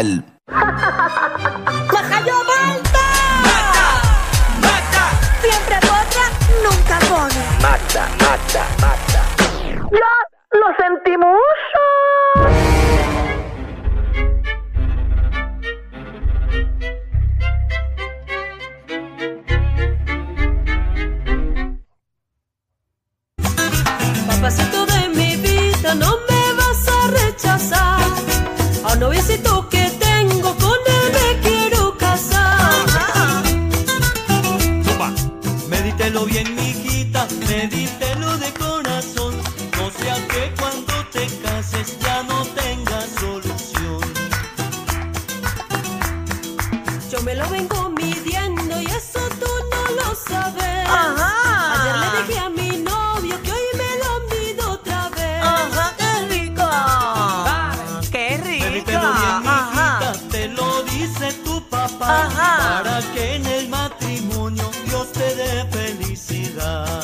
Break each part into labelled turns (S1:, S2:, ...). S1: El-
S2: ¡Majayo Malta! Siempre potra, nunca pone. ¡Ya lo sentimos!
S3: Papacito de mi vida, no me vas a rechazar. Ah, A un noviecito que tengo, con él me quiero casar.
S4: Medítelo bien, mijita, medítelo de corazón. No sea que cuando te cases ya no tengas solución.
S3: Yo me lo vengo midiendo y eso tú no lo sabes. Ayer
S2: ¡Ajá!
S3: le dije a mi novio que hoy me lo mido otra vez.
S2: ¡Ajá, qué rico! ¡Qué rico!
S4: Medítelo bien, mijita,
S2: ¡Ajá!
S4: te lo dice tu papá.
S2: Ajá.
S4: Para que en el matrimonio Dios te dé felicidad.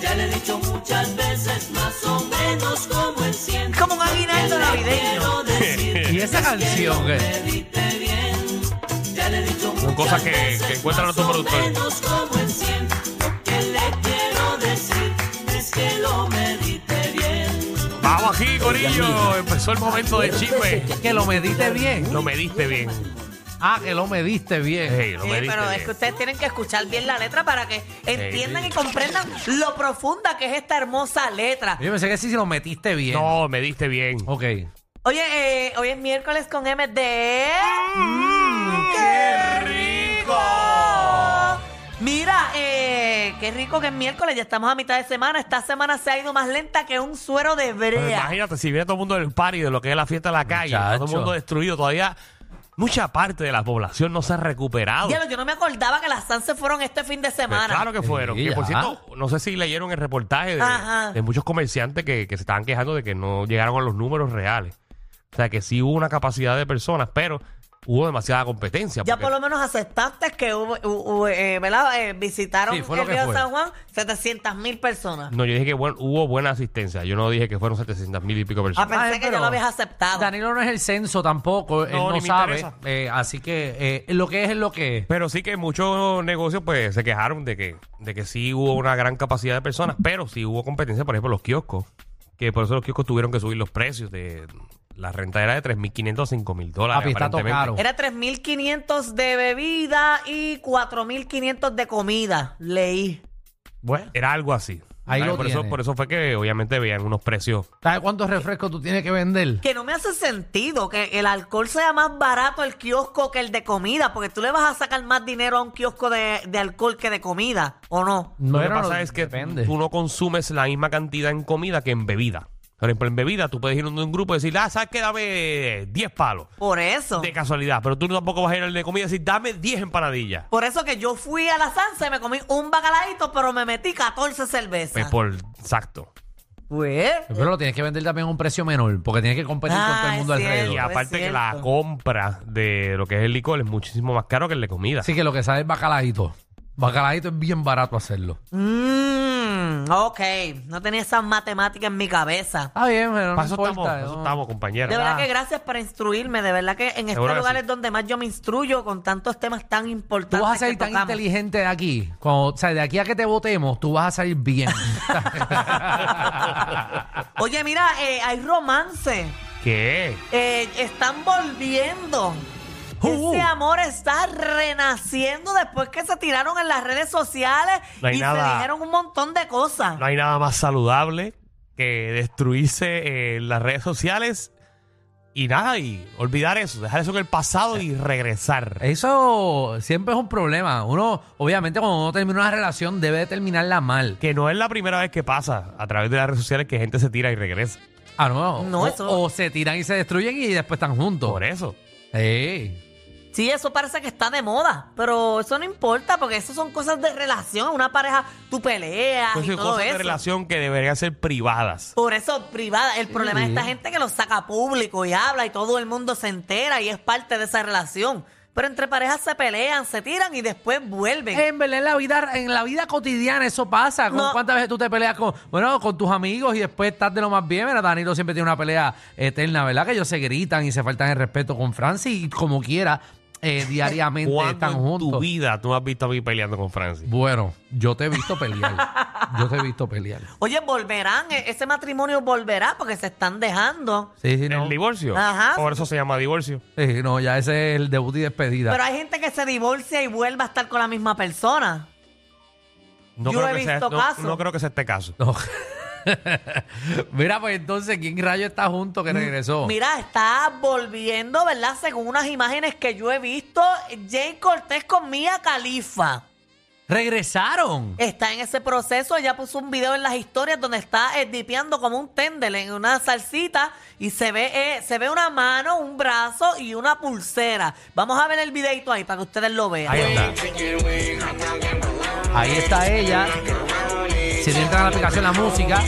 S4: Ya le he dicho muchas veces, más o menos como en cien.
S2: Como un aguinaldo navideño.
S4: Quiero decir,
S5: ¿Y esa canción qué?
S6: eh,
S4: medite bien. Ya le he dicho
S5: Son cosas que- que encuentra nuestro productor.
S4: menos como en 100. Lo que le quiero decir es que lo medite bien.
S5: Vamos aquí, Corillo. Empezó el momento de chisme.
S6: Que lo medite bien.
S5: Lo mediste bien.
S6: Ah, que lo mediste bien.
S5: Ey, lo
S2: Sí,
S5: mediste
S2: Eh, pero es
S5: bien.
S2: que ustedes tienen que escuchar bien la letra para que entiendan y comprendan lo profunda que es esta hermosa letra.
S6: Yo pensé que sí, si lo metiste bien.
S5: No, me diste bien.
S6: Ok.
S2: Oye, eh, hoy es miércoles con M de... Mm,
S5: ¡Qué rico!
S2: Mira, eh, qué rico que es miércoles, ya estamos a mitad de semana. Esta semana se ha ido más lenta que un suero de
S5: Pero
S2: brea.
S5: Pues imagínate, si viene todo el mundo del party, de lo que es la fiesta de la calle,
S6: Muchacho.
S5: todo el mundo destruido, todavía mucha parte de la población no se ha recuperado.
S2: Diablo, yo no me acordaba que las Sans se fueron este fin de
S5: Pues
S2: semana.
S5: claro que fueron.
S6: Sí,
S5: que por
S6: ya.
S5: cierto, no sé si leyeron el reportaje
S2: Ajá.
S5: de, de muchos comerciantes que, que se estaban quejando de que no llegaron a los números reales. O sea, que sí hubo una capacidad de personas, pero hubo demasiada competencia.
S2: Ya
S5: porque-
S2: por lo menos aceptaste que hubo, hu- hu- eh, ¿verdad? Eh, visitaron
S6: Sí, fue lo
S2: el
S6: que
S2: río
S6: fue.
S2: San Juan 700 mil personas.
S5: No, yo dije que buen- hubo buena asistencia. Yo no dije que fueron 700 mil y pico
S2: Ah,
S5: personas.
S2: pensé
S6: Ay,
S2: que ya
S6: pero
S2: lo habías aceptado.
S6: Danilo no es el censo tampoco, él
S5: No,
S6: no
S5: ni me
S6: sabe.
S5: interesa.
S6: eh, así que eh, lo que es es lo que es.
S5: Pero sí que muchos negocios pues se quejaron de que, de que sí hubo una gran capacidad de personas, pero sí hubo competencia, por ejemplo, los kioscos. Que por eso los kioscos tuvieron que subir los precios de... La renta era de 3.500 a 5.000 dólares.
S6: Papi, está todo
S5: aparentemente.
S6: caro.
S2: Era 3.500 de bebida y 4.500 de comida. Leí.
S6: Bueno,
S5: Era algo así.
S6: Ahí
S5: ¿Sabes?
S6: lo
S5: por, eso,
S6: tiene.
S5: por eso fue que obviamente veían unos precios.
S6: ¿sabes cuántos refrescos tú tienes que vender?
S2: Que no me hace sentido que el alcohol sea más barato el kiosco que el de comida, porque tú le vas a sacar más dinero a un kiosco de, de alcohol que de comida, ¿o no?
S5: lo que
S6: Bueno,
S5: pasa es que
S6: depende.
S5: tú no consumes la misma cantidad en comida que en bebida. Por ejemplo, en bebida tú puedes ir a un grupo y decir, ah, ¿sabes qué? Dame 10 palos.
S2: Por eso.
S5: De casualidad, pero tú tampoco vas a ir al de comida y decir, dame 10 empanadillas.
S2: Por eso que yo fui a la Sanse, me comí un bacalaito, pero me metí 14 cervezas.
S5: Pues por exacto.
S2: Pues,
S6: Pero lo tienes que vender también a un precio menor, porque tienes que competir con
S2: Ah,
S6: todo el mundo
S2: es cierto.
S6: alrededor.
S5: Y
S2: es
S5: aparte que
S2: cierto.
S5: la compra de lo que es el licor es muchísimo más caro que el de comida.
S6: Así que lo que sale es bacalaíto. Bacalaíto es bien barato hacerlo.
S2: mmm, ok. No tenía esa matemática en mi cabeza.
S6: Está bien, pero no
S5: Para eso
S6: importa.
S5: estamos, para eso
S6: no.
S5: estamos,
S2: De
S5: compañeros.
S2: verdad que gracias por instruirme. De verdad que en este
S5: Seguro que
S2: lugar
S5: sí.
S2: es donde más yo me instruyo con tantos temas tan
S6: Tú
S2: importantes.
S6: vas a salir
S2: que
S6: tan
S2: tocamos.
S6: inteligente de aquí. Cuando, o sea, de aquí a que te votemos, tú vas a salir bien.
S2: Oye, mira, eh, hay romance.
S5: ¿Qué?
S2: Eh, están volviendo.
S6: Uh.
S2: Ese amor está renaciendo después que se tiraron en las redes sociales
S5: No hay
S2: y se
S5: nada.
S2: dijeron un montón de cosas.
S5: No hay nada más saludable que destruirse en las redes sociales y nada, y olvidar eso, dejar eso en el pasado y regresar.
S6: Eso siempre es un problema. Uno, obviamente, cuando uno termina una relación, debe de terminarla mal.
S5: Que no es la primera vez que pasa a través de las redes sociales que gente se tira y regresa.
S6: Ah, no.
S2: No,
S6: o,
S2: eso- e-
S6: o se tiran y se destruyen y después están juntos.
S5: Por eso.
S6: Ey.
S2: Sí, eso parece que está de moda, pero eso no importa porque eso son cosas de relación. Una pareja, tú peleas
S5: Entonces,
S2: Ah, y todo
S5: Pues cosas
S2: eso.
S5: de relación que deberían ser privadas.
S2: Por eso privada. El problema es
S6: Sí.
S2: esta gente que lo saca a público y habla y todo el mundo se entera y es parte de esa relación. Pero entre parejas se pelean, se tiran y después vuelven.
S6: En verdad, en la vida, en la vida cotidiana eso pasa. ¿Con
S2: No.
S6: ¿Cuántas veces tú te peleas con, bueno, con tus amigos y después estás de lo más bien? Mira, Danilo siempre tiene una pelea eterna, ¿verdad? Que ellos se gritan y se faltan el respeto con Francis y como quiera, eh, diariamente
S5: ¿Cuándo
S6: están
S5: en
S6: juntos.
S5: tu vida tú has visto a mí peleando con Francis?
S6: Bueno, yo te he visto pelear. yo te he visto pelear.
S2: Oye, volverán, e- ese matrimonio volverá porque se están dejando.
S6: Sí, sí, no.
S5: ¿El divorcio?
S2: Ajá.
S5: Por eso se llama divorcio.
S6: Sí, no, ya ese es el debut y despedida.
S2: Pero hay gente que se divorcia y vuelve a estar con la misma persona.
S5: No,
S2: Yo
S5: creo,
S2: he
S5: que sea,
S2: visto
S5: no-
S2: casos.
S5: no creo que sea este caso.
S6: No. Mira, pues entonces, ¿quién rayo está junto que regresó?
S2: Mm, Mira, está volviendo, ¿verdad? Según unas imágenes que yo he visto, Jay Cortés con Mía Califa.
S6: ¡Regresaron!
S2: Está en ese proceso, ella puso un video en las historias donde está eh, dipeando como un tendel en una salsita y se ve, eh, se ve una mano, un brazo y una pulsera. Vamos a ver el videito ahí para que ustedes lo vean.
S5: Ahí está.
S2: eh,
S6: Ahí está ella. Si te entra en la aplicación la música,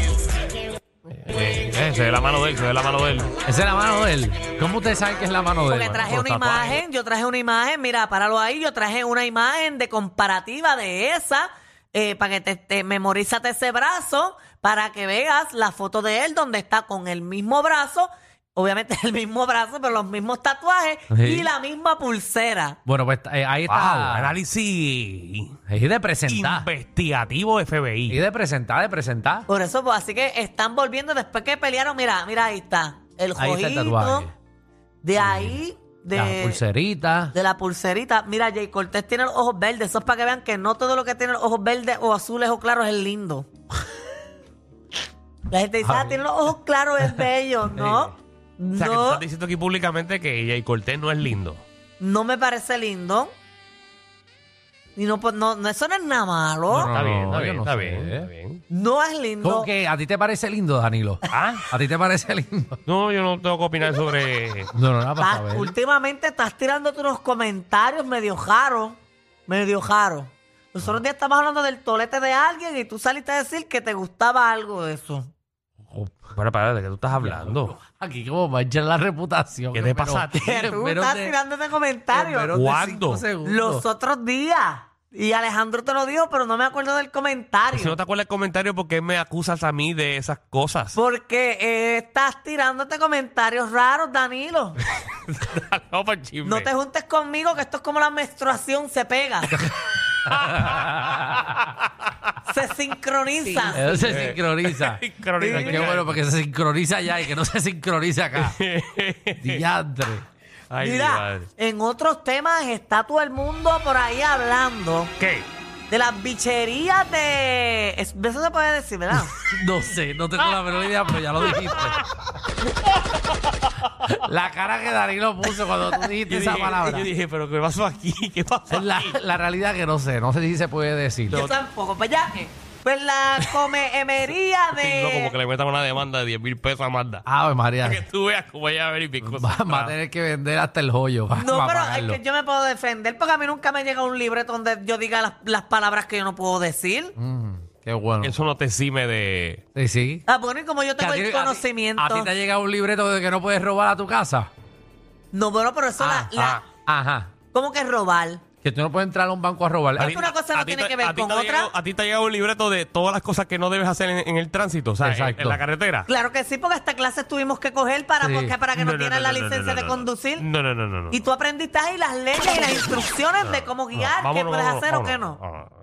S5: Eh, eh, se ve la mano de él, se ve la mano de él.
S6: esa es la mano de él. ¿Cómo ustedes saben que es la mano de él?
S2: Porque traje
S5: por
S2: una
S5: tatuaje.
S2: imagen, yo traje una imagen, mira, páralo ahí, yo traje una imagen de comparativa de esa, eh, para que te, te- memorízate ese brazo, para que veas la foto de él donde está con el mismo brazo, obviamente el mismo brazo, pero los mismos tatuajes
S6: Sí.
S2: y la misma pulsera.
S6: Bueno, pues eh, ahí
S5: Wow,
S6: está.
S5: análisis
S6: Es de presentar.
S5: investigativo FBI.
S6: Es de presentar, de presentar.
S2: Por eso, pues, así que están volviendo después que pelearon, mira, mira, ahí está, el
S6: Ahí está el
S2: jueguito,
S6: tatuaje.
S2: de ahí, de...
S6: La pulserita.
S2: De la pulserita. Mira, Jay Cortés tiene los ojos verdes. Eso es para que vean que no todo lo que tiene los ojos verdes o azules o claros es lindo. La gente dice, ah, tiene los ojos claros, es bello. No,
S5: O sea, que tú
S2: no,
S5: estás diciendo aquí públicamente que Jay Cortés no es lindo.
S2: no me parece lindo. Y no, pues, no, no, eso no es nada malo.
S6: No,
S5: está bien,
S6: no,
S5: está
S6: yo
S5: bien,
S6: no
S5: está
S6: sé.
S5: bien, está bien.
S2: No es lindo.
S6: ¿Cómo que a ti te parece lindo, Danilo?
S5: ¿Ah?
S6: ¿A ti te parece lindo?
S5: No, yo no tengo que opinar sobre...
S6: No, no, nada para
S2: Estás-
S6: saber.
S2: últimamente estás tirándote unos comentarios medio raros. Medio raros. Nosotros días estábamos hablando del tolete de alguien y tú saliste a decir que te gustaba algo de eso.
S5: Para, para, ¿de qué tú estás hablando?
S6: Aquí como manchar la reputación.
S5: ¿Qué te pasa a ti?
S2: Tú estás tirando ese comentario
S5: ¿Cuándo?
S2: los otros días. Y Alejandro te lo dijo, pero no me acuerdo del
S5: Si no
S2: comentario.
S5: te acuerdas el comentario, ¿por qué me acusas a mí de esas cosas?
S2: Porque eh, estás tirándote comentarios raros, Danilo.
S5: Vamos pa'l chisme.
S2: No te juntes conmigo, que esto es como la menstruación, se pega. se sincroniza.
S6: Eso se sincroniza.
S5: Sincroniza.
S6: Qué bueno, porque se sincroniza ya y que no se sincroniza acá. Diantre.
S5: Ay, mi
S2: Mira,
S5: madre.
S2: en otros temas está todo el mundo por ahí hablando
S5: ¿Qué?
S2: de las bicherías de... es- de Eso se puede decir, ¿verdad?
S6: No sé, no tengo la menor idea, pero ya lo dijiste. La cara que Danilo puso cuando tú dijiste
S5: Yo
S6: esa
S5: dije,
S6: palabra.
S5: yo dije, pero ¿qué pasó aquí? ¿Qué pasó?
S6: Es la, la realidad que no sé, no sé si se puede decir.
S2: Yo tampoco. Pues ya, eh, pues la comeemería
S5: Sí, no, como que
S2: de.
S5: le metan una demanda de 10 mil pesos a
S2: Ah,
S5: Amanda.
S6: Ave
S5: Para
S6: María,
S5: que tú veas cómo ella verificó.
S6: Pues, va, va a tener que vender hasta el joyo. pa-
S2: No,
S6: pa
S2: pero
S6: pagarlo.
S2: es que yo me puedo defender porque a mí nunca me llega un libreto donde yo diga las, las palabras que yo no puedo decir.
S6: Mm, qué bueno.
S5: Eso no te exime de...
S6: Sí, sí.
S2: Ah, bueno, y como yo
S6: Que
S2: tengo
S6: a ti- a
S2: el
S6: ti-
S2: conocimiento.
S6: ¿A ti te ha llegado un libreto de que no puedes robar a tu casa?
S2: No, bueno, pero eso
S6: Ah,
S2: la, la-
S5: ah.
S6: Ajá.
S2: ¿Cómo que robar?
S6: Que tú no puedes entrar a un banco a robar.
S2: Es que una cosa no
S5: ti
S2: tiene
S5: te-
S2: que ver
S5: a ti
S2: con
S5: te ha
S2: otra.
S5: llegado- a ti te ha llegado un libreto de todas las cosas que no debes hacer en, en el tránsito, o sea, en-
S6: Exacto.
S5: en, la carretera.
S2: Claro que sí, porque esta clase tuvimos que coger para,
S6: Sí.
S2: porque- para que no, tienes la
S5: no, no,
S2: licencia
S5: no,
S2: de
S5: no.
S2: conducir.
S5: No, no, no, no. no.
S2: Y tú aprendiste ahí las leyes y las instrucciones de cómo
S5: No,
S2: guiar, qué
S5: vámonos,
S2: puedes
S5: vámonos,
S2: hacer o qué
S5: vámonos,
S2: no.
S5: vámonos.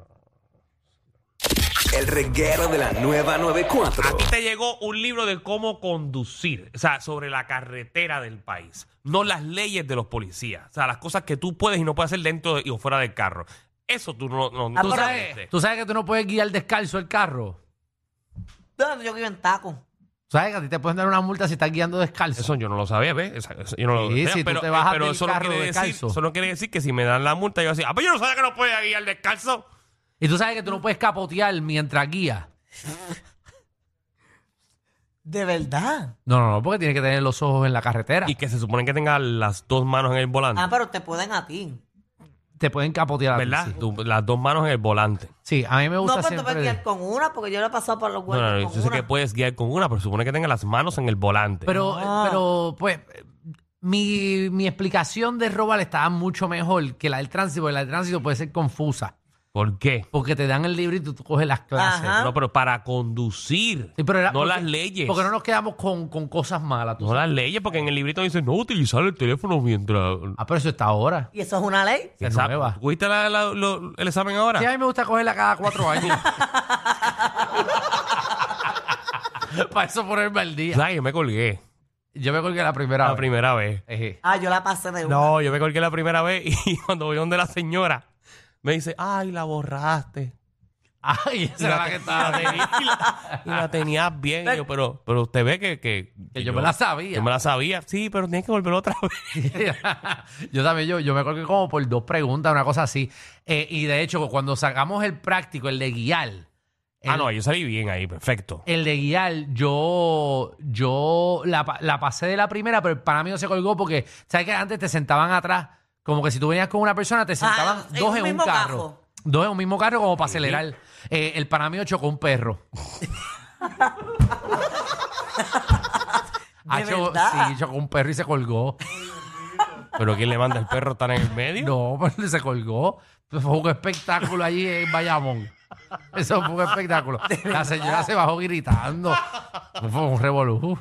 S1: El reguero de la nueva 94.
S5: A ti te llegó un libro de cómo conducir, o sea, sobre la carretera del país, no las leyes de los policías, o sea, las cosas que tú puedes y no puedes hacer dentro de- y o fuera del carro. Eso tú no... no
S2: Ah,
S5: no
S6: ¿Tú
S5: lo
S6: sabes,
S2: eh,
S5: aprendiste.
S6: tú sabes que tú no puedes guiar descalzo el carro.
S2: No, Yo vivo en taco.
S6: ¿Tú ¿Sabes que a ti te pueden dar una multa si estás guiando descalzo?
S5: Eso yo no lo sabía, ¿ves? Esa- eso yo no lo
S6: Sí,
S5: sabía,
S6: si tú
S5: pero, eh,
S6: te bajas
S5: pero
S6: del
S5: eso, no
S6: carro
S5: quiere decir,
S6: descalzo.
S5: eso no quiere decir que si me dan la multa yo así, ah, pues yo no sabía que no podía guiar descalzo.
S6: Y tú sabes que tú no puedes capotear mientras guía.
S2: De verdad.
S6: No, no, no, porque tienes que tener los ojos en la carretera.
S5: Y
S6: Y
S5: que se supone que tenga las dos manos en el volante,
S2: Ah, pero te pueden a ti.
S6: te pueden capotear. a ti,
S5: ¿verdad?
S6: Sí.
S5: Tú- las dos manos en el volante.
S6: Sí, a mí me
S2: No,
S6: gusta
S2: pero tú
S6: siempre...
S2: puedes guiar con una, porque yo lo he pasado por los
S5: No,
S2: huevos
S5: no, no, yo
S2: con
S5: sé
S2: una.
S5: que puedes guiar con una, pero supone que tenga las manos en el volante.
S6: Pero,
S2: Ah.
S6: pero, pues, mi, mi explicación de robar estaba mucho mejor que la del tránsito, porque la del tránsito puede ser confusa.
S5: ¿Por qué?
S6: Porque te dan el libro y tú coges las clases.
S2: Ajá.
S5: No, pero para conducir.
S6: Ah. Sí, pero era
S5: no
S6: porque-
S5: las leyes.
S6: Porque no nos quedamos con, con cosas malas. tú
S5: No
S6: sabes.
S5: las leyes, porque en el librito dicen no utilizar el teléfono mientras.
S6: Ah, pero eso está ahora.
S2: ¿Y eso es una ley?
S6: Se
S5: Exacto.
S6: nueva.
S5: ¿Cogiste la- la- lo- el examen ahora?
S6: Sí, a mí me gusta cogerla cada cuatro años. Para eso ponerme al día.
S5: Ay, yo me colgué
S6: Yo me colgué la primera
S5: la
S6: vez.
S5: primera vez.
S6: Ejé.
S2: Ah, yo la pasé de una.
S5: No, yo me colgué la primera vez y cuando voy donde la señora me dice, ay, la borraste.
S6: Ay, esa
S5: Y
S6: era la
S5: la
S6: que
S5: te-
S6: estaba
S5: la tenía- y la- y la tenías bien. Y yo, pero, pero usted ve que, que,
S6: Que yo me la sabía.
S5: Yo me la sabía. Sí, pero tienes que volver otra vez.
S6: yo también, yo, yo me colgué como por dos preguntas, una cosa así. Eh, y de hecho, cuando sacamos el práctico, el de guiar.
S5: Ah,
S6: el-
S5: no, yo salí bien ahí, perfecto.
S6: El de guiar, yo, yo la, pa- la pasé de la primera, pero para mí no se colgó porque, ¿sabes que Antes te sentaban atrás, como que si tú venías con una persona, te sentaban
S2: Ah, en
S6: dos
S2: un
S6: en un
S2: mismo
S6: carro.
S2: carro.
S6: Dos en un mismo carro como para acelerar. Eh, el panamio chocó un perro. Ah,
S2: ¿De
S6: chocó-
S2: verdad?
S6: sí, chocó un perro y se colgó.
S5: Pero ¿quién le manda el perro tan en el medio?
S6: No, pero se colgó. Pues, Fue un espectáculo allí en Bayamón. Eso fue un espectáculo. La señora se bajó gritando. Fue un revolú.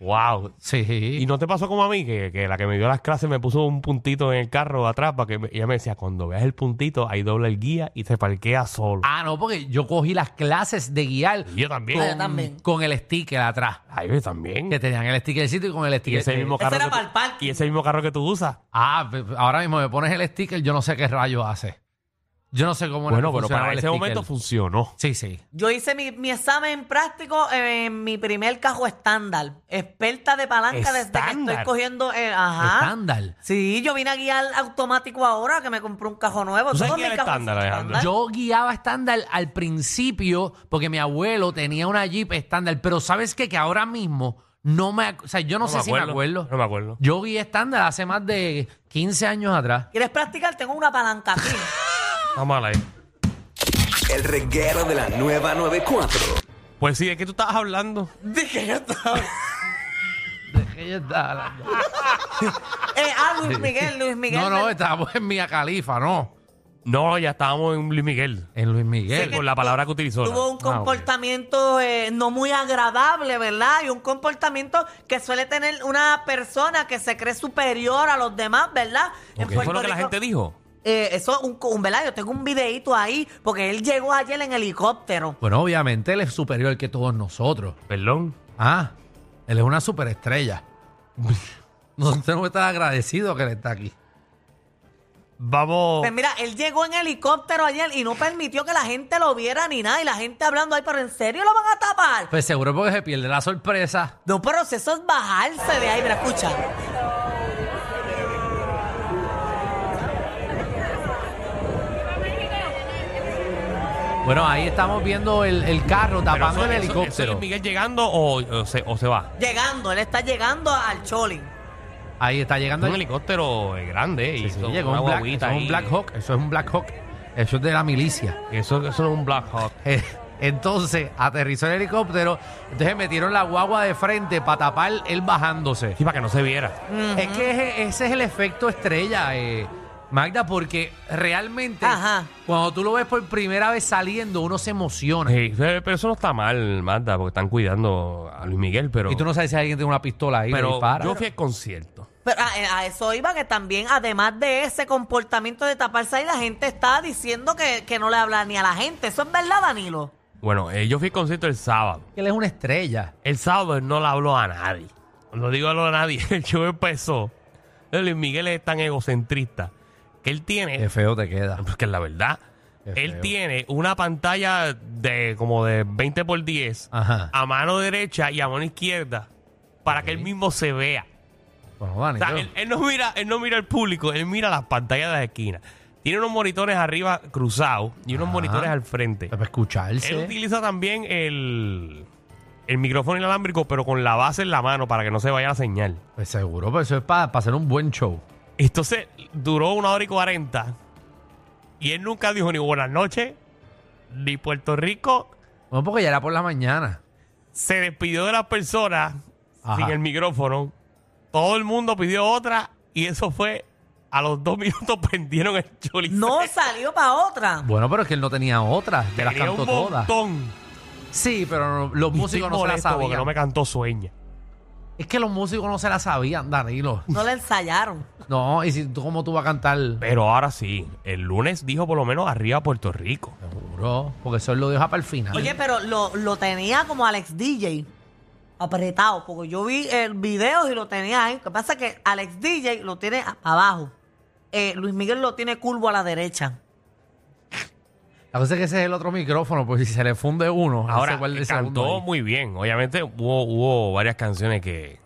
S5: Wow. ¿Y
S6: Sí.
S5: no te pasó como a mí, que, que la que me dio las clases me puso un puntito en el carro atrás para que me- ella me decía, cuando veas el puntito, ahí dobla el guía y se parquea solo.
S6: Ah, no, porque yo cogí las clases de guiar
S5: Y yo también.
S2: Ah, yo también.
S6: con el sticker atrás.
S5: Ay, yo también.
S6: Que tenían el stickercito y con el
S5: Y
S6: sticker.
S5: ese mismo
S2: Ese
S5: carro.
S2: era
S5: que
S2: para
S5: tú-
S2: el parking.
S5: y ese mismo carro que tú usas.
S6: Ah, pe- pe- ahora mismo me pones el sticker, yo no sé qué rayo hace. Yo no sé cómo era que
S5: Bueno, pero
S6: funcionaba
S5: para
S6: el
S5: ese
S6: sticker.
S5: momento funcionó.
S6: Sí, sí.
S2: Yo hice mi, mi examen práctico en mi primer cajo estándar. Experta de palanca desde que
S5: Estándar.
S2: estoy cogiendo. eh,
S5: Ah.
S2: ajá.
S6: Estándar.
S2: Sí, yo vine a guiar automático ahora que me compré un cajo nuevo.
S5: ¿Tú sabes
S2: Todos
S5: guiar
S2: mis cajos
S5: estándar,
S2: son
S5: Alejandra?
S6: Yo guiaba estándar al principio porque mi abuelo tenía una Jeep estándar, pero ¿sabes qué? Que ahora mismo no me... ac- O sea, yo no, sé si me acuerdo.
S5: No me acuerdo.
S6: Yo guié estándar hace más de 15 años atrás.
S2: ¿Quieres practicar? Tengo una palanca aquí.
S5: Está mal ahí.
S1: El reguero de la nueva 94.
S5: Pues sí, ¿de qué tú estabas hablando?
S2: Dije yo estaba.
S6: no,
S2: Eh, ah, Luis Miguel, Luis Miguel.
S6: no,
S2: me-
S6: estábamos en Mía Califa, no.
S5: No, ya estábamos en Luis Miguel.
S6: En Luis Miguel.
S5: Con la palabra que utilizó.
S2: Tuvo un
S5: Ah, ok.
S2: comportamiento eh, no muy agradable, ¿verdad? Y un comportamiento que suele tener una persona que se cree superior a los demás, ¿verdad? En
S5: Ok. ¿Eso fue lo que la
S2: Rico-
S5: gente dijo?
S2: Eh, eso, un, un- ¿verdad? Yo tengo un videíto ahí, porque él llegó ayer en helicóptero.
S6: Bueno, obviamente él es superior que todos nosotros.
S5: Perdón.
S6: Ah, él es una superestrella. Nosotros tenemos que estar agradecidos que él está aquí.
S5: Vamos. Oh.
S2: Pues mira, él llegó en helicóptero ayer y no permitió que la gente lo viera ni nada. Y la gente hablando ahí, pero ¿en serio lo van a tapar?
S6: Pues seguro porque se pierde la sorpresa.
S2: No, pero si eso es bajarse de ahí, mira, escucha.
S6: Bueno, ahí estamos viendo el, el carro
S5: Pero
S6: tapando el
S5: eso- eso- eso es
S6: helicóptero.
S5: Luis Miguel llegando o, o se, o se va?
S2: Llegando, él está llegando al Cholin.
S6: ahí está llegando
S5: Un
S6: el
S5: helicóptero eh, grande.
S6: Sí,
S5: y
S6: sí,
S5: hizo
S6: llegó
S5: una
S6: un Black,
S5: guaguita
S6: eso es
S5: ahí.
S6: un Black Hawk. Eso es un Black Hawk. Eso es de la milicia.
S5: Eso, eso no es un Black Hawk.
S6: Eh, Entonces aterrizó el helicóptero. Entonces metieron la guagua de frente para tapar él bajándose.
S5: Sí, para que no se viera.
S6: Es que ese, ese es el efecto estrella, eh, Magda, porque realmente
S2: Ajá.
S6: cuando tú lo ves por primera vez saliendo, uno se emociona.
S5: Sí, eh, pero eso no está mal, Marta, porque están cuidando a Luis Miguel, pero.
S6: Y tú no sabes si alguien tiene una pistola ahí. le
S5: pero
S6: dispara.
S5: yo fui al concierto.
S2: Pero ah, eh, a, a eso iba que también, además de ese comportamiento de taparse ahí, la gente está diciendo que, que no le habla ni a la gente. ¿Eso es verdad, Danilo?
S5: Bueno, eh, yo fui al concierto el sábado.
S6: Él es una estrella.
S5: El sábado él no le habló a nadie. No digo a nadie. El show empezó. Eh, Luis Miguel es tan egocentrista que él tiene.
S6: Qué feo te queda.
S5: Pues que es la verdad.
S6: Qué
S5: Él
S6: feo.
S5: tiene una pantalla de como de 20 por 10
S6: Ajá.
S5: a mano derecha y a mano izquierda para que él mismo se vea.
S6: Bueno,
S5: O
S6: Dani,
S5: sea,
S6: yo-
S5: él, él no mira, él no mira al público, él mira las pantallas de la esquina. Tiene unos monitores arriba cruzados y unos
S6: Ajá.
S5: monitores al frente.
S6: para escucharse.
S5: Él utiliza también el, el micrófono inalámbrico, pero con la base en la mano para que no se vaya la señal.
S6: Pues seguro, pero eso es para hacer un buen show.
S5: Entonces duró una hora y cuarenta y él nunca dijo ni buenas noches, ni Puerto Rico.
S6: Bueno, porque ya era por la mañana.
S5: Se despidió de las personas
S6: Ajá.
S5: sin el micrófono Todo el mundo pidió otra y eso fue. A los dos minutos prendieron el chorizo.
S2: No salió para otra.
S6: Bueno, pero es que él no tenía otra. Te las
S5: Tenía
S6: cantó
S5: un
S6: todas.
S5: montón.
S6: Sí, pero no- los
S5: Y
S6: músicos
S5: estoy
S6: no se las
S5: molesto Porque
S6: sabían.
S5: no me cantó sueña.
S6: Es que los músicos no se las sabían, Danilo.
S2: No la ensayaron.
S6: No, y si tú cómo tú vas a cantar,
S5: Pero ahora sí, el lunes dijo por lo menos arriba Puerto Rico.
S6: seguro, porque eso él lo deja para el final.
S2: Oye, pero lo, lo tenía como Alex DJ apretado, porque yo vi el video y lo tenía ahí. Lo que pasa es que Alex DJ lo tiene a- abajo. Eh, Luis Miguel lo tiene curvo a la derecha.
S6: la cosa es que ese es el otro micrófono, pues si se le funde uno, no sé
S5: Ahora, eh,
S6: cuál es el segundo
S5: cantó
S6: ahí.
S5: muy bien. Obviamente hubo, hubo varias canciones que,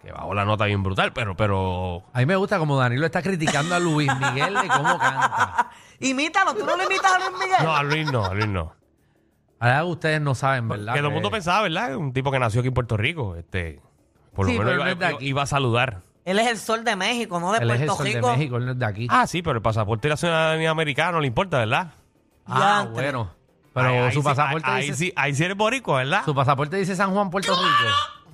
S5: que bajó la nota bien brutal, pero, pero
S6: A mí me gusta como Danilo está criticando a Luis Miguel de cómo canta.
S2: Imítalo, tú no lo imitas a Luis Miguel.
S5: No, a Luis no, a Luis no.
S6: Ahora ustedes no saben, ¿verdad? Eh,
S5: Pues, que todo el mundo pensaba, ¿verdad? Un tipo que nació aquí en Puerto Rico, este, por lo
S6: Sí,
S5: menos
S6: pero no
S5: iba,
S6: es de
S5: iba-
S6: aquí.
S5: iba a saludar.
S2: Él es el sol de México, no de
S6: Él es el
S2: Puerto
S6: sol de
S2: Rico.
S6: México, él no es de aquí.
S5: Ah, sí, pero el pasaporte y la ciudadanía americana no le importa, ¿verdad?
S6: Ah,
S2: diantre.
S6: bueno. Pero
S5: Ahí- ahí
S6: su
S5: sí-
S6: pasaporte
S5: ahí, ahí
S6: dice
S5: sí, ¡Ah! ahí sí eres boricua, ¿verdad?
S6: su pasaporte dice San Juan, Puerto Rico.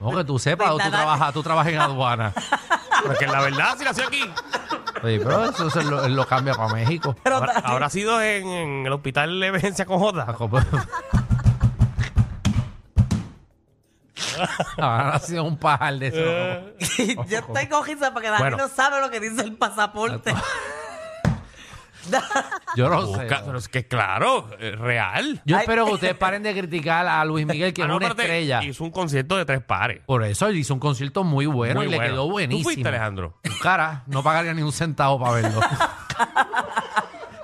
S6: No, que tú sepas, o tú
S2: Verdad,
S6: trabajas, tú trabajas en aduana.
S5: Porque la verdad, si nació aquí.
S6: Oye, pero eso, se lo, él lo cambia para México.
S2: Pero
S5: Ahora-
S2: Dani-
S5: Habrá sido en, en el hospital de emergencia con Jota.
S6: Ahora ha sido un pajar de
S5: Eh.
S6: eso.
S2: yo estoy cogiza porque Dani
S5: Bueno.
S2: no sabe lo que dice el pasaporte.
S6: Yo no sé.
S5: Busca- pero es que claro, es real.
S6: Yo
S2: Ay.
S6: espero que ustedes paren de criticar a Luis Miguel, que
S5: Ah,
S6: es
S5: no,
S6: una
S5: espérate,
S6: estrella.
S5: Hizo un concierto de tres pares.
S6: Por eso él hizo un concierto muy bueno
S5: Muy
S6: y le
S5: bueno.
S6: quedó
S5: ¿Tú fuiste,
S6: buenísimo.
S5: Alejandro?
S6: Tu Cara, no pagaría ni un centavo para verlo.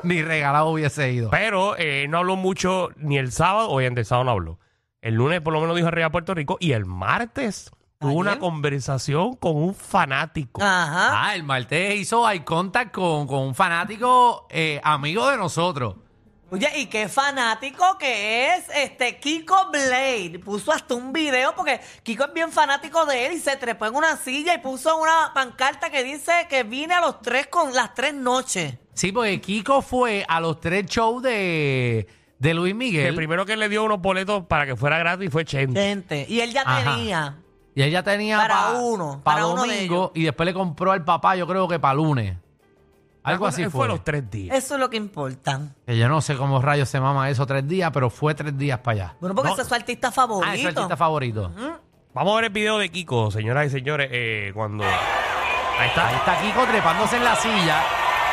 S6: ni regalado hubiese ido.
S5: Pero eh, no habló mucho ni el sábado, obviamente el sábado no habló. El lunes por lo menos dijo arriba a Puerto Rico y el martes tuvo una conversación con un fanático.
S2: Ajá.
S6: Ah, el martes hizo eye contact con, con un fanático eh, amigo de nosotros.
S2: Oye, y qué fanático que es este Kiko Blade. Puso hasta un video porque Kiko es bien fanático de él y se trepó en una silla y puso una pancarta que dice que vine a los tres con las tres noches.
S6: Sí, porque Kiko fue a los tres shows de, de Luis
S5: El
S6: Miguel
S5: primero que le dio unos boletos para que fuera gratis fue Chente.
S2: Gente. Y él ya
S6: Ajá.
S2: tenía.
S6: y ella tenía
S2: Para
S6: pa-
S2: uno,
S6: pa
S2: para uno de
S6: domingo
S2: ellos.
S6: y después le compró al papá, yo creo que para lunes. Algo así
S5: Él
S6: fue.
S5: fue los tres días.
S2: Eso es lo que importa.
S6: Que yo no sé cómo rayos se mama eso tres días, pero fue tres días para allá.
S2: Bueno, porque
S5: No.
S2: ese es su artista favorito.
S6: Ah, es su artista favorito.
S5: Vamos a ver el video de Kiko, señoras y señores, eh, cuando... Ahí
S6: Ahí
S5: está.
S6: está Kiko trepándose en la silla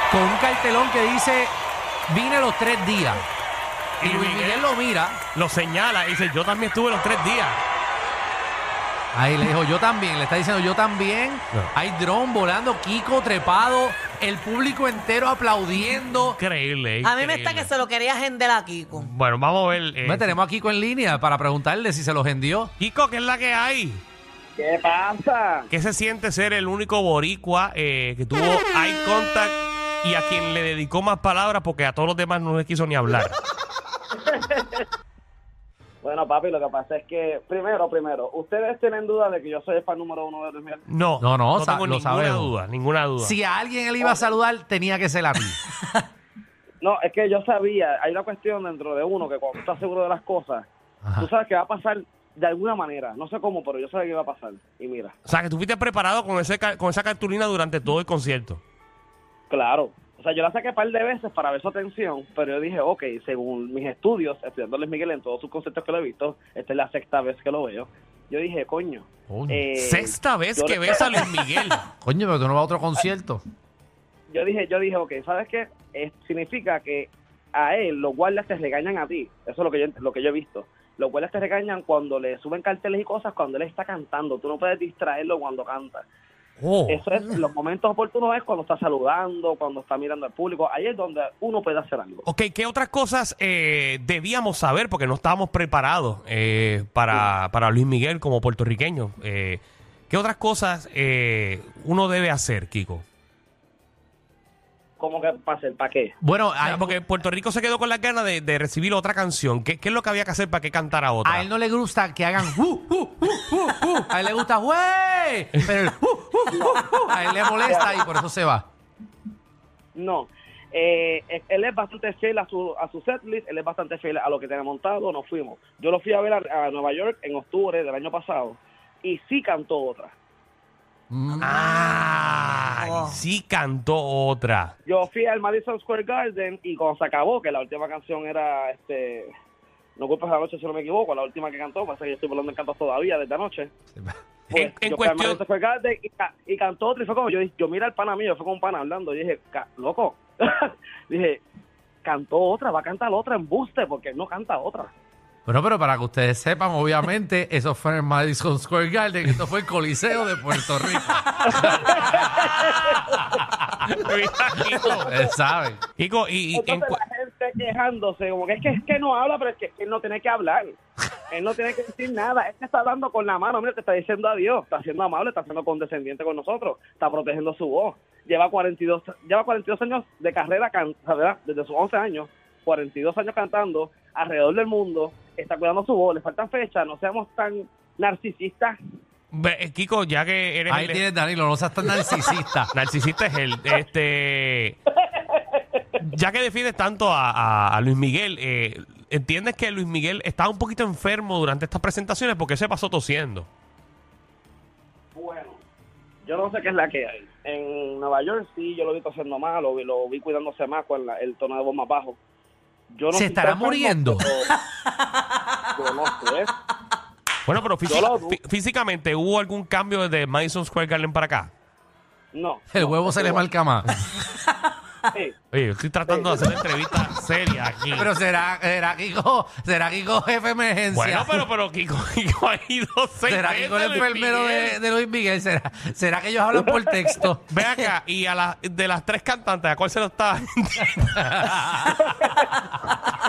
S6: con un cartelón que dice vine los tres días. Y Luis Miguel lo mira.
S5: Lo señala y dice, yo también estuve los tres días.
S6: Ahí le dijo, yo también. Le está diciendo, yo también.
S5: No.
S6: Hay dron volando, Kiko trepado, el público entero aplaudiendo.
S5: Increíble,
S2: a mí me está
S5: increíble.
S2: que se lo quería agender a Kiko.
S5: Bueno, vamos a ver. eh,
S6: Me tenemos a Kiko en línea para preguntarle si se los vendió.
S5: Kiko, ¿qué es la que hay?
S7: ¿Qué pasa?
S5: ¿Qué se siente ser el único boricua eh, que tuvo eye contact y a quien le dedicó más palabras porque a todos los demás no les quiso ni hablar?
S7: Bueno, papi, lo que pasa es que, primero, primero, ustedes tienen duda de que yo soy el fan número uno de Luis Miguel.
S5: No,
S6: No, no, sa-
S5: tengo
S6: lo
S5: ninguna
S6: sabemos.
S5: duda, ninguna duda.
S6: Si a alguien él iba a saludar, tenía que ser a mí.
S7: No, es que yo sabía, hay una cuestión dentro de uno que cuando tú estás seguro de las cosas,
S6: Ajá.
S7: tú sabes que va a pasar de alguna manera. No sé cómo, pero yo sabía que iba a pasar. Y mira,
S5: O sea, que tú fuiste preparado con, ese, ca- con esa cartulina durante todo el concierto.
S7: claro. O sea, yo la saqué un par de veces para ver su atención, pero yo dije, ok, según mis estudios, estudiando a Luis Miguel en todos sus conceptos que lo he visto, esta es la sexta vez que lo veo, yo dije, coño.
S6: Coño.
S7: eh,
S5: Sexta vez
S7: yo
S5: que
S7: le-
S5: ves a Luis Miguel.
S6: Coño, pero tú no vas a otro concierto.
S7: yo dije, yo dije, ok, ¿sabes qué? Eh, significa que a él los guardias te regañan a ti. Eso es lo que yo, ent- lo que yo he visto. Los guardias te regañan cuando le suben carteles y cosas cuando él está cantando. Tú no puedes distraerlo cuando canta.
S5: Oh.
S7: Eso es, los momentos oportunos es cuando está saludando, cuando está mirando al público. Ahí es donde uno puede hacer algo.
S5: Ok, ¿qué otras cosas eh, debíamos saber? Porque no estábamos preparados eh, para, para Luis Miguel como puertorriqueño. Eh, ¿Qué otras cosas eh, uno debe hacer, Kiko?
S7: ¿Cómo que pasa el pa' qué?
S6: Bueno,
S5: Ah,
S6: a él,
S5: porque Puerto Rico se quedó con las ganas de, de recibir otra canción. ¿Qué, qué es lo que había que hacer para que cantara otra?
S6: a Ah, él no le gusta que hagan uh, uh, uh, uh, uh. A él le gusta, güey. Pero el uh, uh, uh, uh, a él le molesta y por eso se va.
S7: No. Eh, eh, él es bastante fiel a su, a su setlist, él es bastante fiel a lo que tenía montado, nos fuimos. Yo lo fui a ver a, a Nueva York en octubre del año pasado y sí cantó otra.
S5: Ah,
S2: Oh.
S5: sí cantó otra.
S7: Yo fui al Madison Square Garden y cuando se acabó, que la última canción era este No culpes a la noche si no me equivoco, la última que cantó, pasa que yo estoy volando en cantos todavía desde anoche. Pues,
S5: En- en
S7: yo fui al
S5: cuestión,
S7: Madison Square Garden y, ca- y cantó otro y fue como yo, yo mira al pana mío, fue con un pana hablando, y dije, "Ca- loco, dije, cantó otra, va a cantar otra en buste porque él no canta otra.
S6: Bueno, pero para que ustedes sepan, obviamente, eso fue en el Madison Square Garden, esto fue el Coliseo de Puerto Rico.
S5: Kiko,
S6: Ustedes saben.
S5: Kiko, y, y en
S7: Entonces
S5: cua-
S7: la gente quejándose, como que es que es que no habla, pero es que, es que él no tiene que hablar. Él no tiene que decir nada. Él te está hablando con la mano, mira, te está diciendo adiós, está siendo amable, está siendo condescendiente con nosotros, está protegiendo su voz. Lleva 42, lleva 42 años de carrera, can- ¿verdad? desde sus 11 años, 42 años cantando alrededor del mundo, está cuidando su voz, le faltan fechas, no seamos tan narcisistas.
S5: ve- eh, Kiko, ya que eres
S6: Ahí
S5: el-
S6: tienes, Danilo, no seas tan narcisista.
S5: narcisista es el este ya que defiendes tanto a, a- a Luis Miguel, eh, entiendes que Luis Miguel estaba un poquito enfermo durante estas presentaciones porque se pasó tosiendo.
S7: Bueno, yo no sé qué es la que hay. En Nueva York sí, yo lo vi tosiendo más, lo vi, lo vi cuidándose más con la- el tono de voz más bajo. Yo no
S6: ¿Se
S7: sé si
S6: estará
S7: enfermo,
S6: muriendo?
S7: pero Yo no sé.
S5: Bueno, pero física-
S7: Yo lo dudo.
S5: fí- físicamente hubo algún cambio desde Madison Square Garden para acá.
S7: No.
S6: El
S7: no,
S6: huevo
S7: no
S6: se le
S7: sé.
S6: marca más.
S7: Sí.
S5: Oye, yo estoy tratando de hacer una entrevista seria aquí.
S6: Pero será, será Kiko, será Kiko jefe de emergencia.
S5: bueno, pero, pero Kiko, Kiko ha ido seis
S6: será
S5: veces,
S6: Kiko el
S5: Luis
S6: enfermero de,
S5: Miguel.
S6: de Luis Miguel. ¿Será, será que ellos hablan por texto.
S5: Ve acá, y a las de las tres cantantes, ¿a cuál se lo está?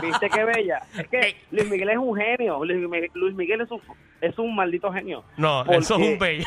S7: ¿Viste qué bella? Es que
S5: Ey.
S7: Luis Miguel es un genio. Luis Mi- Luis Miguel es un, es un maldito genio.
S5: No,
S7: Porque-
S5: eso es un bello.